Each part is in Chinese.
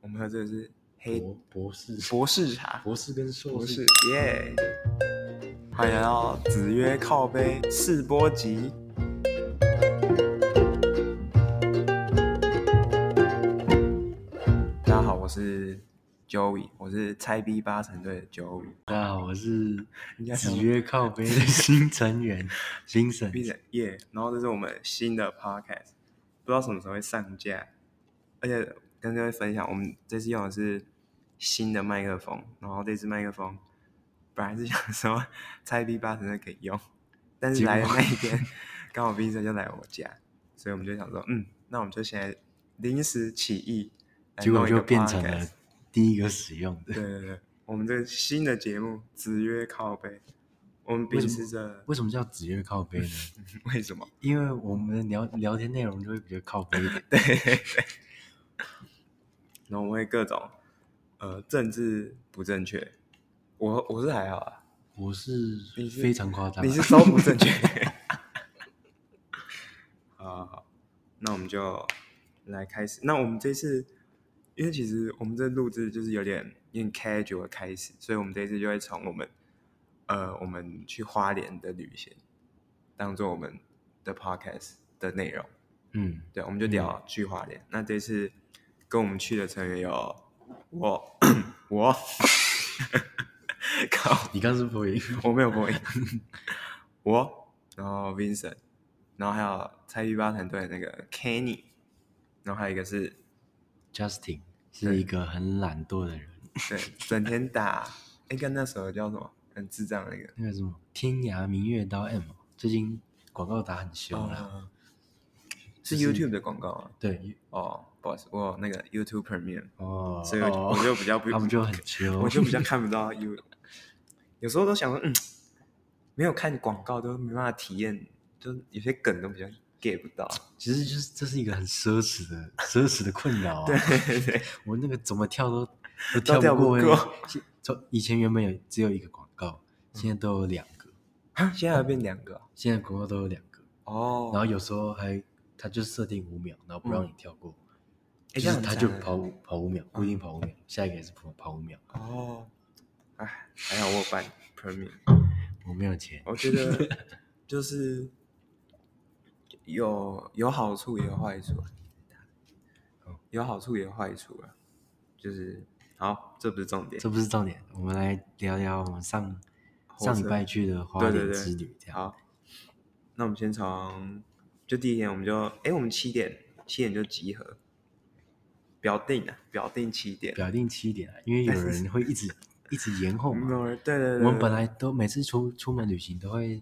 我们喝这个是黑博博士，博士茶，博士跟硕博士士，耶！欢迎来到子曰靠杯试播集。大家好，我是 Joey，我是猜 B 八成队的 Joey。大家啊好，我是应该是子曰靠背的新 成员精神。闭着耶。然后这是我们新的 podcast，不知道什么时候会上架，而且跟各位分享，我们这次用的是新的麦克风，然后这支麦克风本来是想说 拆 B 八成的给用，但是结果来的那一天刚好 B 生就来我家，所以我们就想说，嗯，那我们就现在临时起意，来结果弄一个就变成 podcast 了第一个使用的。对对对，我们这个新的节目《子曰靠背》，我们秉为什持么着为什么叫子曰靠背呢？为什么？因为我们的聊聊天内容就会比较靠背一点。 对对对。然后我会各种呃政治不正确，我我是还好啊，我是你是非常夸张啊，你是都不正确。 好好好，那我们就来开始。那我们这次，因为其实我们这录制就是有点有点 casual 的开始，所以我们这次就会从我们呃我们去花莲的旅行当做我们的 podcast 的内容。嗯，对，我们就聊去花莲。那这次跟我们去的成员有我，我， 靠，你刚是破音，我没有播音，我，然后 Vincent，然后还有蔡玉巴团队的那个 Kenny，然后还有一个是 Justin 是一个很懒惰的人，对，整天打，哎，跟那首叫什么？很智障的那个。那个什么天涯明月刀 M，最近广告打很凶啦。哦是 YouTube 的广告啊？对，哦，不好意思，我有那个 YouTube Premium，哦，所以我就哦我就比较 不，他们就很凶，我就比较看不到有，有时候都想说，嗯，没有看广告都没办法体验，就有些梗都比较 get 不到。其实就是这是一个很奢侈的奢侈的困扰啊。对对对，我那个怎么 跳都都跳跳不过欸过。现从以前原本有只有一个广告，现在都有两个，啊现在要变两个啊现在广告都有两个，哦，然后有时候还它就设定五秒，然后不让你跳过，诶就是它就哎这样很啊欸嗯跑五跑五秒，固定跑五秒，下一个也是跑跑五秒。惨欸哦，哎，还好我有 办 Premium，我没有钱，我觉得就是有有好处也有坏处啊，哦有好处也有坏处啊，就是好，这不是重点这。不是重点，我们来聊聊我们上火车上礼拜去的花对对莲对之旅，这样。好，那我们先从就第一天，我们就哎，我们七点七点就集合，表定啊，表定七点。表定七点啊，因为有人会一直一直延后嘛。 嗯对对对，我们本来来都每次出出门旅行都会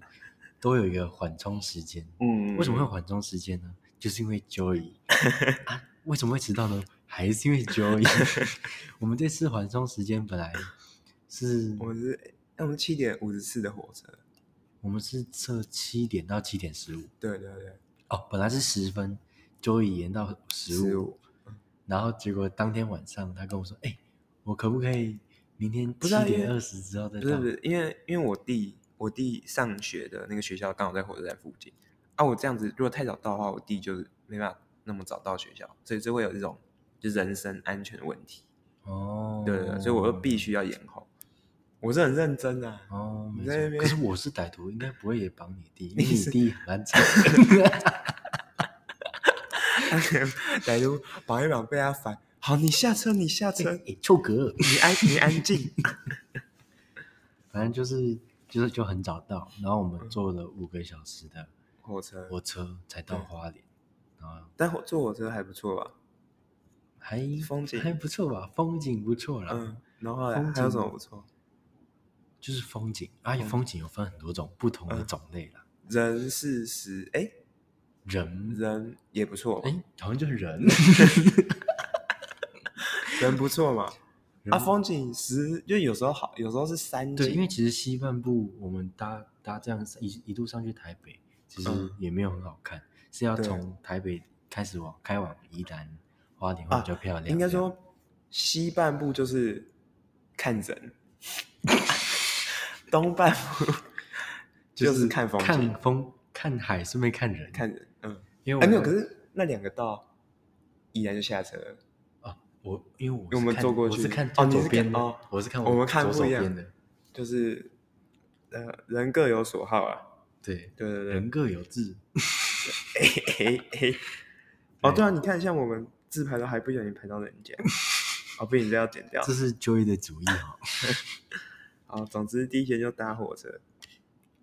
都有一个缓冲时间，嗯，为什么会有缓冲时间呢？就是因为 Joy 啊，为什么会迟到呢？还是因为 Joy。我们这次缓冲时间本来是我们是哎，我们七点五十四的火车，我们是测七点到七点十五对对对，哦，本来是十分，Joy 延到十五15，然后结果当天晚上他跟我说：“哎、我可不可以明天不七是啊因为点二十之后再不是到不？”是，因为因为我弟我弟上学的那个学校刚好在火车站附近，啊，我这样子如果太早到的话，我弟就是没办法那么早到学校，所以就会有这种就人身安全的问题，哦，对对对，所以我就必须要延后，我是很认真啊，哦，你没在那错。边可是我是歹徒，应该不会也帮你 弟，因为你你是弟蛮惨的。 歹徒绑一绑被他烦。好，你下车，你下车，哎臭哥，你安你安静。 反正就是就是就很早到，然后我嗯们坐了五个小时的火车，火车才到嗯花莲，然后但火坐火车还不错吧？还风景还不错吧，风景不错啦，嗯，然后后来风景还有什么不错？就是风景，啊，风景有分很多种不同嗯的种类啦，人事时，哎，人人也不错，哎好像就是人，人不错嘛。人啊，风景时就有时候好，有时候是山对，因景，为其实西半部我们搭搭这样一一路上去台北，其实嗯也没有很好看，是要对从台北开始往开往宜兰花莲会比较漂亮，啊应该这样说西半部就是看人， 东半部 就是看风景，看风看海，顺便看人，看人。嗯，因为我哎没有，那可是那两个到宜兰就下车了。啊，我因为我是我们看坐过我去是看哦最你是左边看的，哦我是看我们看左不手一样边的，就是呃，人各有所好啊。对，对对对， 人各有志。嘿嘿嘿哦，哎对啊，你看，像我们自拍都还不小心拍到人 家，哦，不行，这要剪掉这。是 Joy 的主意哦。哦，总之第一天就搭火车，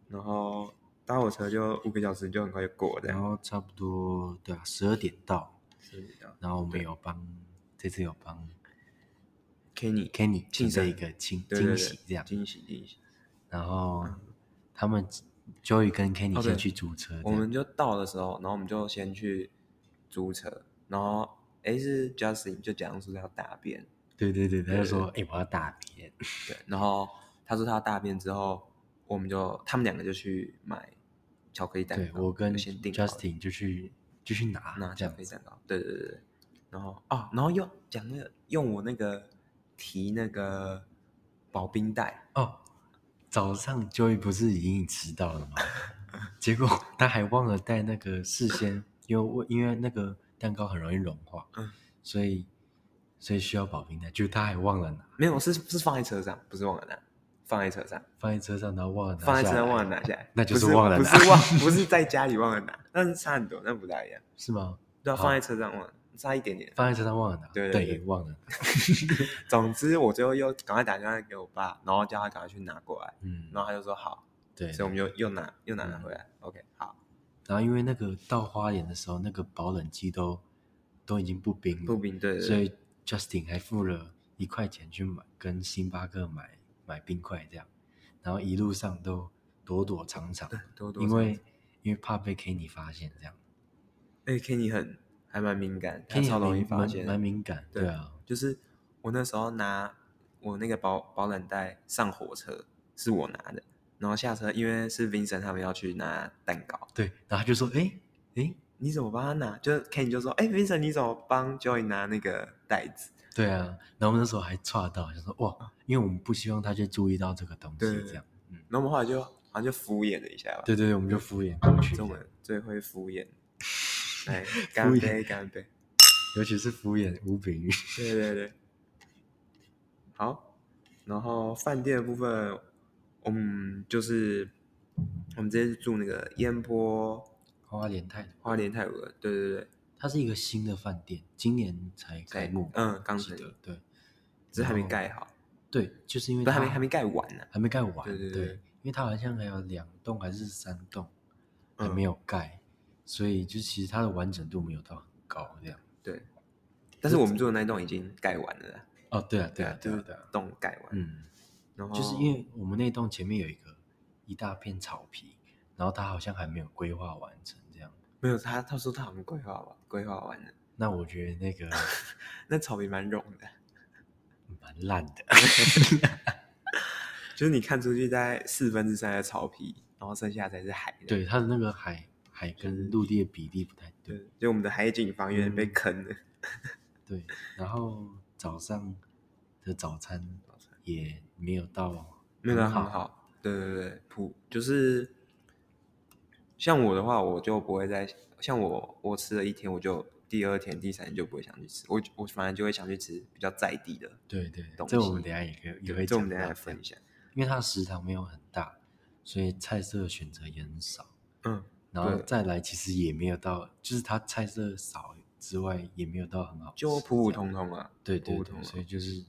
然后搭火车就五个小时就很快就过了，这然样后差不多对啊，十二点到，是这样。然后我们有帮这次有帮 Kenny， Kenny 庆准生备一个惊对对惊对喜这样，惊喜惊喜。然后他们 Joy 跟哦 Kenny 对先去租车这样，我们就到的时候，然后我们就先去租车，然后诶是 Justin 就假装说他要大便，对对对，他就说：“哎，我要大便。对，然后他说他要大便之后，我们就他们两个就去买巧克力”蛋对糕，我跟就先订好了 Justin 就去就去拿拿巧这样克力子，蛋糕，对对对对，然后啊、然后又讲那个用我那个提那个保冰袋，哦，早上 Joy 不是已经迟到了吗？ 结果他还忘了带那个事先，因为我因为那个蛋糕很容易融化，嗯所以所以需要保冰袋，就他还忘了拿，没有是是放在车上，不是忘了拿，放在车上，放在车上，然后忘了拿，放在车上忘了，拿下来，那就不是是忘了不拿 是忘不是在家里忘了拿，那是差很多，那不大一样。是吗？对啊，好放在车上嘛，差一点点。放在车上忘了拿，对对对对忘了拿，总之，我最后又赶快打电话给我爸，然后叫他赶快去拿过来，嗯，然后他就说好，对，所以我们就又拿又拿了回来。OK，好，然后因为那个到花莲的时候，那个保冷剂都都已经不冰了，布冰对对嗯所对，以 Justin 还付了一块钱去买跟星巴克买买冰块这样，然后一路上都躲躲藏 藏， 多多因为因为怕被 Kenny 发现这样哎 Kenny 很还蛮敏感，他，Kenny 超很容易敏发蛮现的蛮。敏感，对对啊，就是我那时候拿我那个保保冷袋上火车是我拿的，然后下车因为是 Vincent 他们要去拿蛋糕，对，然后他就说，哎哎，你怎么帮他拿？就是 Kenny 就说，哎、v i n c e n t 你怎么帮 Joy 拿那个袋子？对啊，然后我们那时候还岔到，就说哇，因为我们不希望他去注意到这个东西啊对对对这样，嗯，然后我们后来就好像就敷衍了一下吧。对对对，我们就敷衍过去这中样，文最会敷 衍。来，干杯，干杯！尤其是敷衍吴炳 玉，对对对，好。然后饭店的部分，我们就是我们直接住那个烟波花莲太花莲泰晤对对对，它是一个新的饭店，今年才开幕，在嗯刚记成得立对，只是还没然后盖好，对，就是因为不是还没它还没盖完啊呢、还没盖完，对对对对因为它好像还有两栋还是三栋还嗯没有盖，所以就其实它的完整度没有到很高这样。对，但是我们住的那一栋已经盖完了啦，哦，对啊，对啊，就哦对是啊，对啊，栋盖完，嗯，然后就是因为我们那栋前面有一个一大片草皮，然后它好像还没有规划完成这样。没有他，他说他好像规划完，规划完了，那我觉得那个那草坪蛮冗的，蛮烂 的，就是你看出去大概四分之三的草皮，然后剩下才是海的。对它的那个海海跟陆地的比例不太对。对，就我们的海景房有点嗯被坑了。对，然后早上的早餐也没有到，没有到很好。对对对，普就是像我的话，我就不会再像我，我吃了一天，我就第二天、第三天就不会想去吃，我我反而就会想去吃比较在地的。对对东，这我们西等一下也可以也对会这我们讲等一下来到这分样，享。因为它的食堂没有很大，所以菜色的选择也很少。嗯，然后对再来，其实也没有到，就是它菜色少之外，也没有到很好吃这就样，普普通通啊。对普对普对通，所以通。就是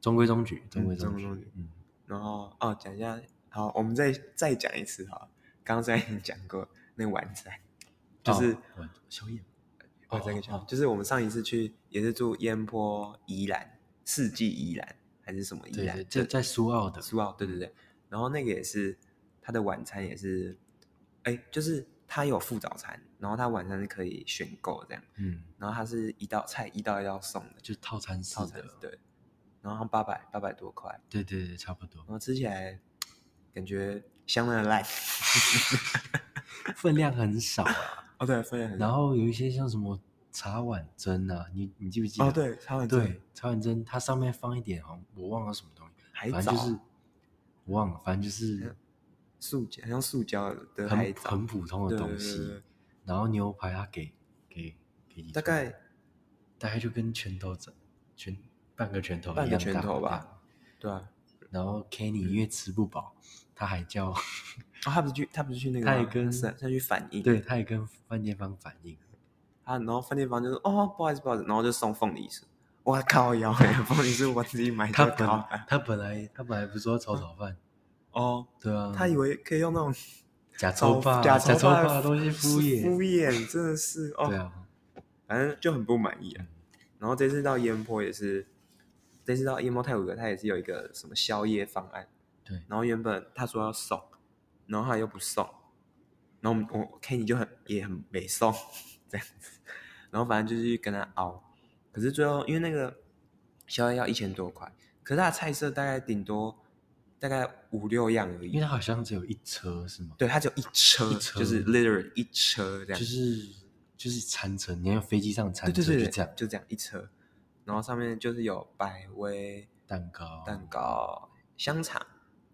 中规中矩，嗯中规中中规中矩矩，嗯，然后哦，讲一下，好，我们再再讲一次哈。刚刚虽然已经讲过那晚餐，就哦是、晚宵夜，哦，哦这个哦小，哦就是我们上一次去也是住烟波宜兰，四季宜兰还是什么宜对兰对，？这在嗯苏澳的，苏澳，对对对。然后那个也是他的晚餐也是，哎，就是他有附早餐，然后他晚餐是可以选购这样，嗯，然后他是一道菜一道一道送的，就套餐式套餐的，对，然后八百八百多块，对对对，差不多然，后吃起来感觉香的烂， 分量很少啊。哦对，分量很然少，后有一些像什么茶碗蒸啊，你你记不记得？哦对，超很对，茶碗蒸它上面放一点好像我忘了什么东西，海反藻正就是我忘了，反正就是塑胶，好像塑胶的海很藻，很普通的对东对对西对。然后牛排它给给给你大多少概大概就跟拳头整拳半个拳头一半个样拳大头这吧嗯样对啊，然后 Kenny 因为吃不饱，他还 叫，哦，他不是去，他不是去那个吗，他也跟是他去反应，对，他也跟饭店方反映，啊，然后饭店方就说哦，不好意思，不好意思，然后就送凤梨酥。哇靠 腰欸，凤梨酥我自己买他就本搞了。他本来他本来不是要炒炒饭，哦，对啊，他以为可以用那种假抽霸假假抽抽霸的的东西敷敷衍，衍真的是哦，对啊，反正就很不满意啊。然后这次到烟坡也是，这次到烟坡泰鲁阁，他也是有一个什么宵夜方案，对，然后原本他说要送，然后他又不送，然后我们我 Kenny 就很也很没送这样子，然后反正就是跟他熬，可是最后因为那个宵夜要一千多块，可是他的菜色大概顶多大概五六样而因为已，他好像只有一车是吗？对，他只有一车，一车就是 literally 一车这样，就是就是餐车，你看飞机上的餐对车啊对对，就这样，就这样一车，然后上面就是有百威蛋糕蛋糕、香肠，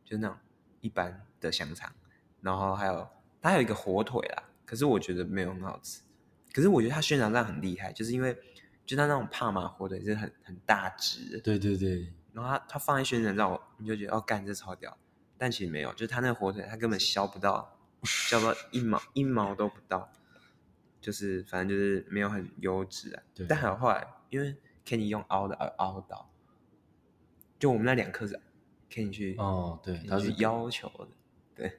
就是那种一般的香肠，然后还有它还有一个火腿啦，可是我觉得没有很好吃。可是我觉得它宣传上很厉害，就是因为就它那种帕玛火腿是很很大只，对对对，然后它它放在宣传上，你就觉得哦，干这超屌，但其实没有，就是它那个火腿它根本削不到，削不到一毛一毛都不到，就是反正就是没有很优质啊对。但还有后来，因为 Kenny 用凹的而凹到，就我们那两颗是 Kenny 去哦对 Kenny，他是去要求的，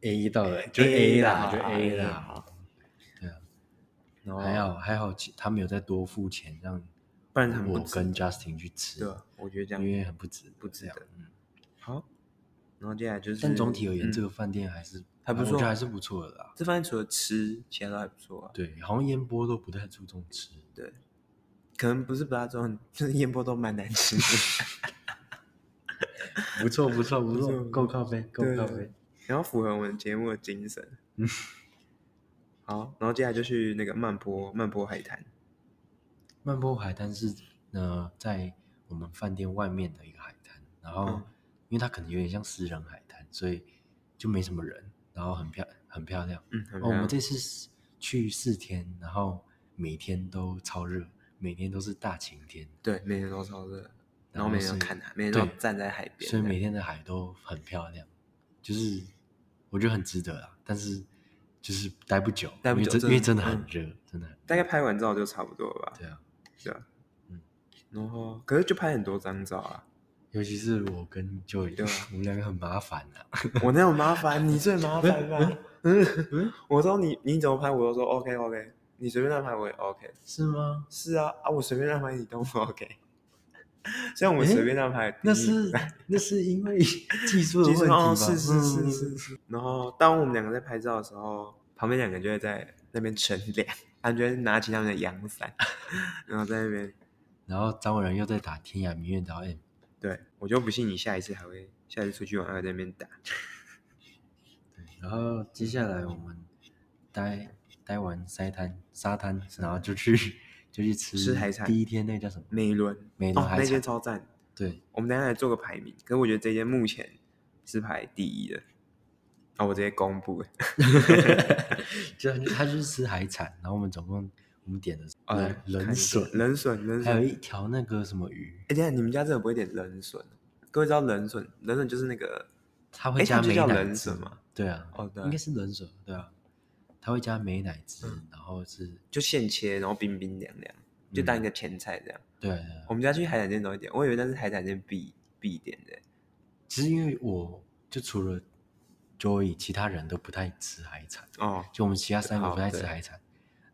A 到了，就 A 啦，啦就 A 哎 A 啦啦。对啊，然后还好还好，其他没有再多付钱让不然很不我值跟得 Justin 去吃，对啊，我觉得这样因为很不值，不值这样得。嗯好。然后接下来就是，但总体而言，嗯这个饭店还是还不我觉错得啊还是不错的啦。这饭店除了吃，其他都还不错啊。对，好像烟波都不太注重吃， 可能不是不大重要，就是燕波都蛮难吃的。 不错不错不错错，够靠背够对靠背。然后符合我们节目的精神。嗯好，然后接下来就去那个曼波曼波海滩，曼波海滩是呃在我们饭店外面的一个海滩，然后、嗯因为它可能有点像私人海滩，所以就没什么人，然后很漂很漂亮。嗯，很哦，我漂亮们这次是去四天，然后每天都超热，每天都是大晴天，对每天都超热，然然后后每天所都以看海，每天都对站在海边，所以每天的海都很漂亮，就是我觉得很值得啦。但是就是待不久，待不因为久真真因为真的的很嗯热，真的很大概拍完照就差不多了吧，对啊。对啊，嗯，然后可是就拍很多张照啊，尤其是我跟 Joy，对啊我们两个很麻烦啊。我那种麻烦，你最麻烦吧，嗯， 我说你你怎么拍我都说 OK OK，你随便乱拍我也 OK，是吗？是啊啊我随便乱拍你都不 OK，虽然我随便乱拍，那你是那是因 为技术的其问实题吧？哦，是是是嗯是是。然后当我们两个在拍照的时候，旁边两个就会在那边乘凉，他们就会拿起他们的阳伞，然后在那边。然后张伟然又在打《天涯明月哎刀》M，对我就不信你下一次还会，下一次出去玩还会在那边打。对，然后接下来我们待待完沙滩沙滩，然后就去就去吃吃海产第一天那个叫什么？美伦，美伦哦，海那产间超赞。对，我们等一下来做个排名，可是我觉得这间目前是排第一的。啊、我直接公布了，就他就是吃海产，然后我们总共我们点的 冷哦冷笋，冷笋，冷还有笋。一条那个什么鱼，哎，等一下你们家真的不会点冷笋？各位知道冷笋，冷笋就是那个他会诶哎加它就美叫乃冷滋笋吗？对啊，哦对应该是冷笋，对啊，他会加美乃滋，嗯然后是，就现切，然后冰冰凉凉，就当嗯一个前菜这样。对啊对啊我们家去海产店都会点，我以为那是海产店必必点的。其实因为我就除了 Joy，其他人都不太吃海产，哦，就我们其他三个好不太吃对海产，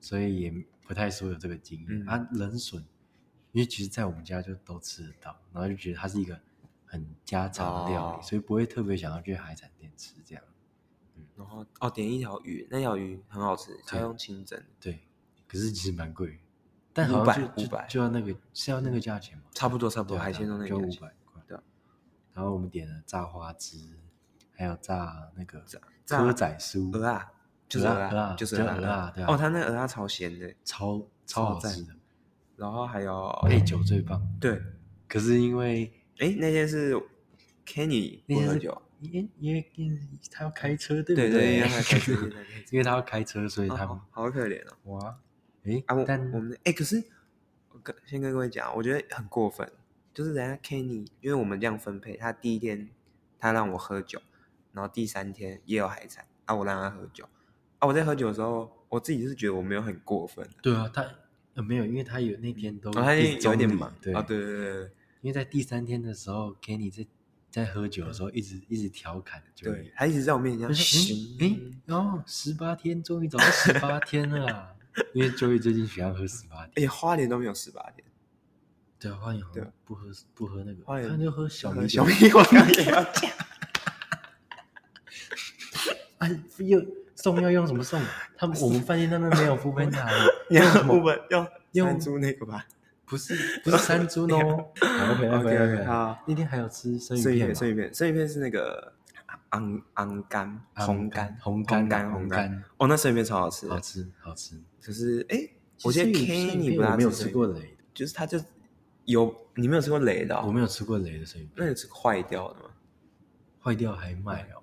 所以也不太说有这个经验、嗯啊。冷笋，因为其实在我们家就都吃得到，然后就觉得它是一个很家常的料理，哦所以不会特别想要去海产店吃这样。然后哦，点一条鱼，那条鱼很好吃，它对用清蒸的，对，可是其实蛮贵的，但500好像就就500就要那个是要那个价钱嘛？差不多差不对多，啊，海对啊鲜都那就个五价钱。百块。对啊然后我们点了炸花枝，还有炸那个炸蚵仔酥，鹅啊，就是鹅鹅啊鹅啊啊，就是叫鹅啊鹅啊对啊哦，它那个鹅啊超咸的，超超好超赞吃的，然后还有哎配酒最棒。对，可是因为哎，那天是 Kenny 那不天喝是酒，因为因为因为他要开车，对不对对，因为他开 车对因为他开车因为他要开车，所以哦他们好好可怜哦。哇，诶啊，我，但我们哎，可是跟先跟各位讲，我觉得很过分，就是人家 Kenny，因为我们这样分配，他第一天他让我喝酒，然后第三天也有海产，啊，我让他喝酒，啊，我在喝酒的时候，我自己是觉得我没有很过分的，对啊，他呃没有，因为他有那天都然哦后他一直就有点中你忙，对啊，对对对对因为在第三天的时候，Kenny 在在喝酒的时候一直一直调侃对， Joey，对他一直在我面前嗯他讲，说嘘哎哎，然后十八天终于找到十八天了啦， 因为 Joey 最近喜欢喝十八而天，且哎花莲都没有十八天，对啊，花莲好对像不喝不喝那个，花莲他就喝小米小酒米，我刚也要讲，啊，又送要用什 么送？他们我们饭店那边没有 f o o 你要用什我么？们要用山猪那个吧，不是不是山猪 哦，好回来 OK，回来回来好，那天还有吃生生鱼鱼片片，嘛生鱼片，生鱼片是那个昂昂干啊红干红干干干红干，干，哦，那生鱼片超好吃的好。吃好吃。可是哎，我觉得其实生鱼 K 生鱼你片不大我没有吃生鱼过片，雷，就是它就有你没有吃过雷的我哦，没有吃过雷的生鱼那片，你吃坏掉的吗？坏掉还卖哦。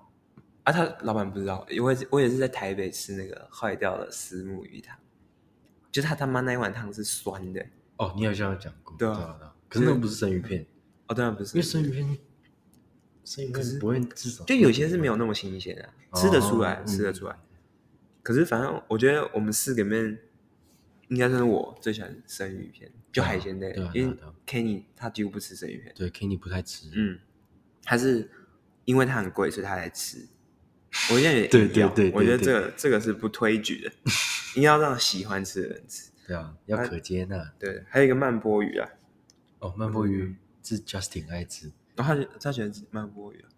啊，他老板不知道，我也是我也是在台北吃那个坏掉的石目鱼汤，就是他他妈那一碗汤是酸的。哦，你好像有讲过，对啊知道知道可是那个不是生鱼片，哦，当然不因为是，生鱼片，生鱼可是片不会至少就有些是没有那么新鲜的、啊，吃得出来，哦吃得出来。可是反正我觉得我们四个里面，应该算是我最喜欢生鱼片，就对啊海鲜类对啊，对啊因为对啊 Kenny 他几乎不吃生鱼片，对 Kenny 不太吃，嗯，他是因为它很贵，所以他才吃。我现在也 对对对对我觉得对这个这个是不推举的，应该要让喜欢吃的人吃。对啊，要可接纳。对，还有一个慢波鱼啊，哦，曼嗯波鱼是 Justin 爱吃，然后他就他喜欢吃慢波鱼啊，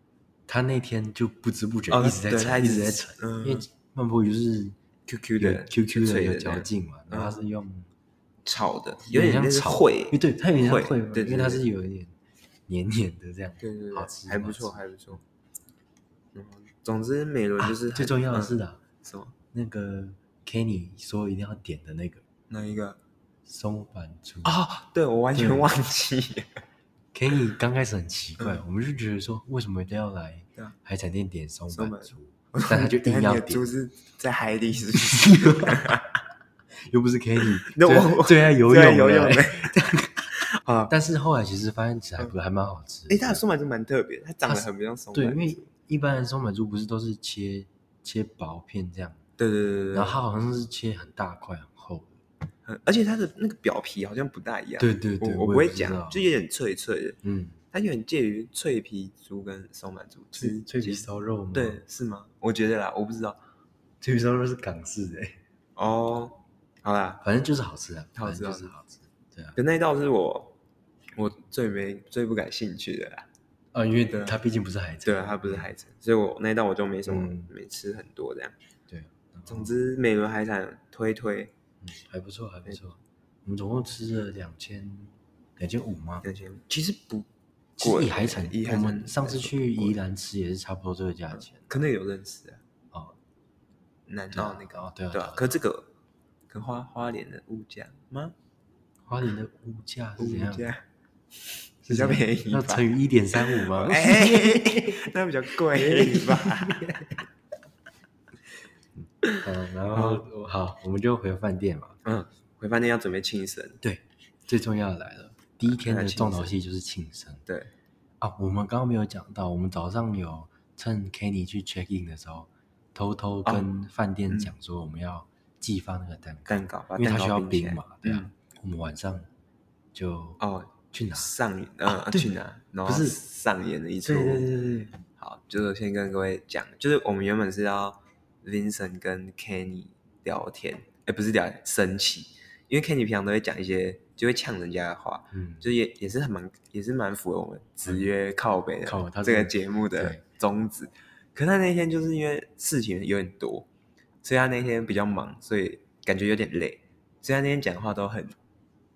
他那天就不知不觉哦一直在对盛他一一直直在吃沉，嗯因为曼波鱼就是有 QQ 的 QQ 的脆有的嚼劲嘛，然后它是用炒的，有点像像是炒，烩，对，它有点像烩烩嘛，对对因为它对是有一点黏黏的这样，对对对，好吃还不错，好吃还不错。然后总之每轮就是最重要的是的啊，什么？那个 Kenny 说一定要点的那个哪一个松板猪啊？对我完全对忘记 了。 ，Kenny 刚开始很奇怪，我们就觉得说为什么一定要来嗯对啊海产店点松松板板 猪，但他就等硬下要你的点猪，是在海里是不是？又不是 Kenny， 那最我最爱 游最爱游泳泳的 的。啊，但是后来其实发现嗯其实还不还蛮好吃，哎，它的松板猪蛮特别，它长得它是很不像松对，板因。为一般的松板猪不是都是切切薄片这样，对对对对然后它对好像是切很大块很厚的。嗯，而且它的那个表皮好像不大一样。对对对我我不也会不知道讲，就有点脆脆的，嗯，它有点介于脆皮猪跟松板猪之脆脆皮间烧肉吗？对，是吗？我觉得啦，我不知道。 脆皮烧肉是港式的、欸，哦，好啦，反正就是好吃啊，好反吃正就是好吃。对啊，可那一道是我我最没最不感兴趣的啦。啊，因为对啊它毕竟不是海产，对啊，它不是海产，所以我那一道我就没什么、嗯没吃很多这样。对啊，然后总之，美伦海产推推嗯还不错，还不错。我们总共吃了两千两千五吗？感觉其实不其实贵，以海产以，海我产们上次来说去不贵宜兰吃也是差不多这个价钱可能有认识啊，哦。南对澳啊那个哦对啊嗯对对啊可这个可花花莲的物价吗？花莲的物价是物怎样？ 价是比较怎样便宜要吧乘以一点三五吗？ 哎，那比较贵吧？ 嗯，然后好，我们就回饭店嘛。嗯，回饭店要准备庆生，对，最重要的来了，第一天来的庆重头生戏就是庆生对，啊。我们刚刚没有讲到，我们早上有趁 Kenny 去 check in 的时候，偷偷哦跟饭店讲说我们要寄放那个蛋糕，蛋嗯糕，把因为蛋它糕需要冰起冰来嗯嘛，对啊。我们晚上就哦，去拿，上演呃啊对去哪，然后不是上演了一出对。对对对对，好，就是先跟各位讲，就是我们原本是要 Vincent 跟 Kenny 聊天，哎，不是聊天生气，因为 Kenny 平常都会讲一些就会呛人家的话，嗯，就也也是很蛮也是蛮符合我们子曰靠北靠他的是这个节目的对宗旨。可他那天就是因为事情有点多，所以他那天比较忙，所以感觉有点累，所以他那天讲话都很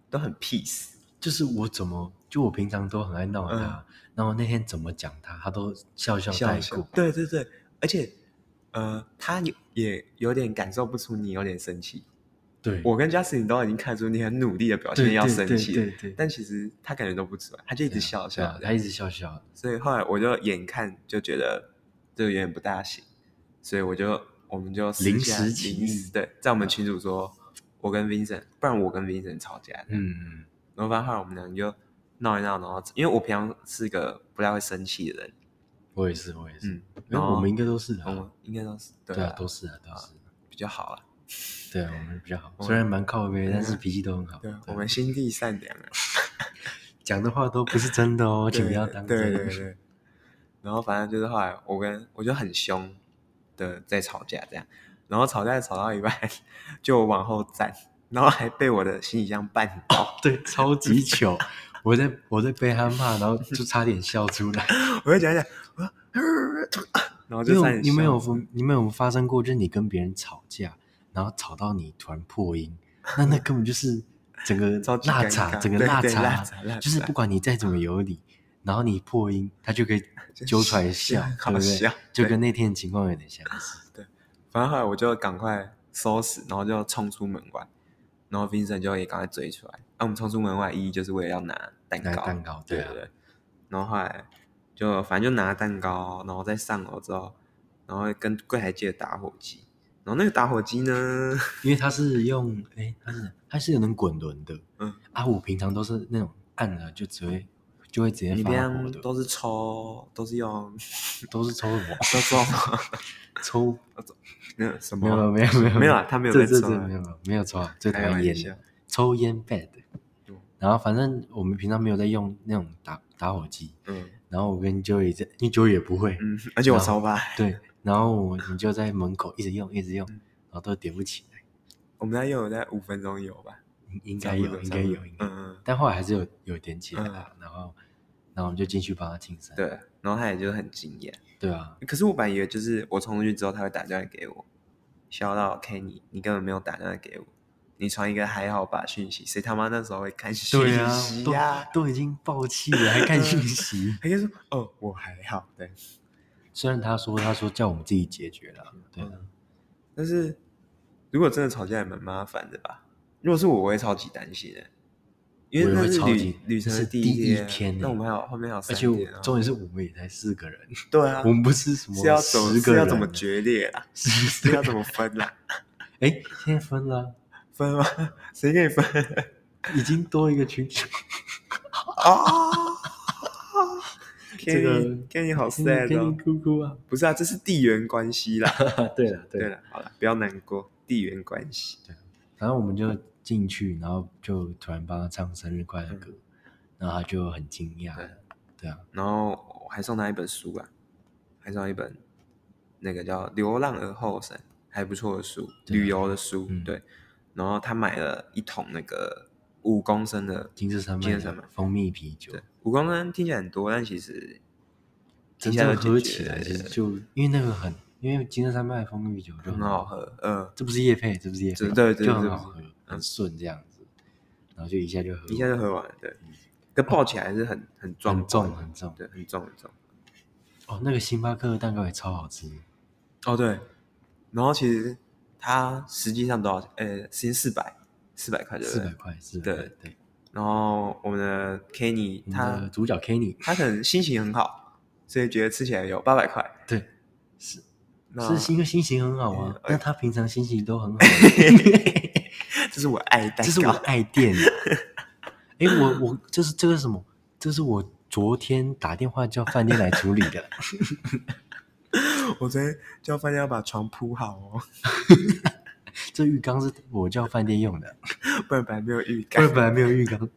都很 peace。就是我怎么就我平常都很爱闹嗯他，然后那天怎么讲他，他都笑笑带笑过。对对对，而且呃，他也也有点感受不出你有点生气。对，我跟 Justin 都已经看出你很努力的表现对要对生对气对了，对，但其实他感觉都不出来，他就一一直笑笑的。啊他一直笑笑的。所以后来我就眼看就觉得这个有点不大行，所以我就我们就私临下时起临时意啊对，在我们群主说，我跟 Vincent，不然我跟 Vincent 吵架，嗯，嗯，然后反正后来我们俩就闹一闹，然后因为我平常是个不太会生气的人，我也是，我也是。嗯，然然后后我们应该都是啊，嗯，应该都是对对啊，啊都是啊，都是。比较好啦。对啊，我们比较好，我虽然蛮靠边，但是嗯脾气都很好。啊对，我们心地善良啊，讲的话都不是真的哦，请不要对当对真。对对。然后反正就是后来我跟我就很凶的在吵架这样，然后吵架吵到一半 就往后站，然后还被我的行李箱绊倒，对，超级糗。 我在我在被他骂，然后就差点笑出来。 我就讲一讲，我说呃然后你就有差点你们笑有你们有发生过，就是你跟别人吵架，然后吵到你突然破音，那那根本就是整个 超级辣尴茶，尬整个对辣对茶，辣茶辣就是茶不管你再怎么有理，然后你破音，他就可 以就揪出来笑 笑，好对不对笑？就对跟那天的情况有点相似。反正后来我就赶快收拾，然后就冲出门外，然后 Vincent 就也赶快追出来。那、我们冲出门外，意义就是为了要拿蛋拿糕，蛋糕对对啊对对。然后后来就反正就拿蛋糕，然后再上楼之后，然后跟柜台借打火机。然后那个打火机呢，因为它是用，哎，它是它是有能滚轮的，嗯，啊，我平常都是那种按了就只会就会直接你发平火常的，都是抽，都是用，都是抽什么都 抽吗？抽，那什没有么？没有没有没有啊他没有这在这抽这啊没有没有没有抽啊，最讨开厌玩烟笑的，抽烟 bad 嗯。然后反正我们平常没有在用那种打打火机，嗯然后我跟 Joey 在，因为 Joey 也不会，嗯，而且我然后超怕。对，然后我们就在门口一直用一嗯直用，然后都点不起来，我们那又有在五分钟有吧？应应差该不有多应差该不有多应该有嗯嗯。但后来还是有有点起来嗯啦，然后然后我们就进去帮他庆生，对，然后他也就是很惊艳。对啊，可是我本来以为就是我冲出去之后他会打电话给我，笑到 Kenny，你根本没有打电话给我，你传一个还好吧讯息，谁他妈那时候会看讯对啊息，都呀、都已经爆气了，还看讯息。 他就说哦我还好，对，虽然他说他说叫我们自己解决啦，对啊，嗯但是如果真的吵架也蛮麻烦的吧？如果是我，我会超级担心的、因为我也那会是超级旅旅程那的是第第一天，天那欸我们还有后面还有而三且我天啊，重点是我们也才四个人，对啊， 我们不是什么是要怎么十个是人啊，要怎么 决裂啦？ 是？是要怎么分啦？哎，现在分了，分吗？ 谁给你分？已经多一个群组，啊！这个 Kenny Kenny 好给 sad 你哦，哭哭啊！不是啊，这是地缘关系啦。对了对对了，了，好了，不要难过，地缘关系。然后我们就进去，然后就突然帮他唱生日快乐歌，然后他就很惊讶嗯对，对啊，然后我还送他一本书啊，还送他一本那个叫《流浪而后生》，还不错的书，对啊旅游的书嗯。对，然后他买了一桶那个五公升的，金色山金脉色山脉的蜂蜜啤酒对，，五公升听起来很多，但其实真听正就喝觉起来得其实就因为那个很，因为金色山脉的蜂蜜啤酒就很好，喝。嗯，这不是叶配，这不是叶配，这对对这就很不好喝是，很顺这样子，然后就一下就喝完，一下就喝完了，对。但抱起来是很很壮很观重的很重。对，很重很重。哦，那个星巴克的蛋糕也超好吃，哦，对。然后其实它实际上多少钱？呃，先四百，四百块对不四百对？块，四百对块，对。然后我们的 Kenny 我们的他主角 Kenny 他可能心情很好，所以觉得吃起来有八百块。对，那哎是因为心情很好啊，那他平常心情都很好， 这是我爱蛋这是糕，我爱店啊。哎，我我这是这个是什么？这是我昨天打电话叫饭店来处理的。 我昨天叫饭店要把床铺好哦，这浴缸是我叫饭店用的，不然本来没有预不感然。本来没有 浴缸。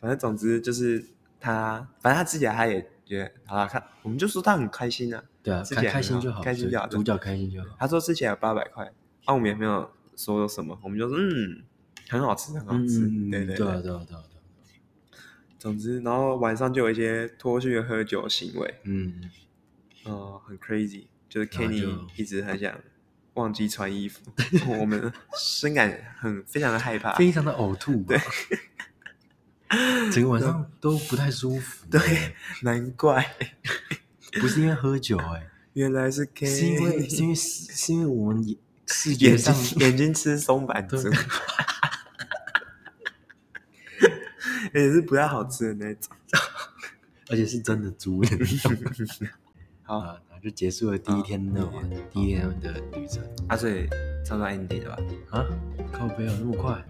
反正总之就是他，反正他自己他也觉得好啦，看我们就说他很开心啊。对啊，吃开起来开心很好就好，开心对啊就好主角开心就好。他说之前有八百块，啊，我们也没有说什么，我们就说嗯，很好吃，很好吃，对对对啊，对啊，对啊，对啊。总之，然后晚上就有一些脱去喝酒的行为，嗯，嗯、很 crazy，就是然后 Kenny 一直很想忘记穿衣服， 我们深感很非常的害怕，非常的呕吐， 对，整个晚上都不太舒服。哎对，难怪不是因为喝酒， 哎，原来是 Kenny，是因为是因为是因为我们眼视觉 眼上睛眼睛吃松板对猪， 也是不太好吃的那种。 而且是真的猪的那种好， 啊，然后就结束了第一天啊的玩，第一天的旅程啊，所以差不多 ending 了吧？啊，靠背有那么快？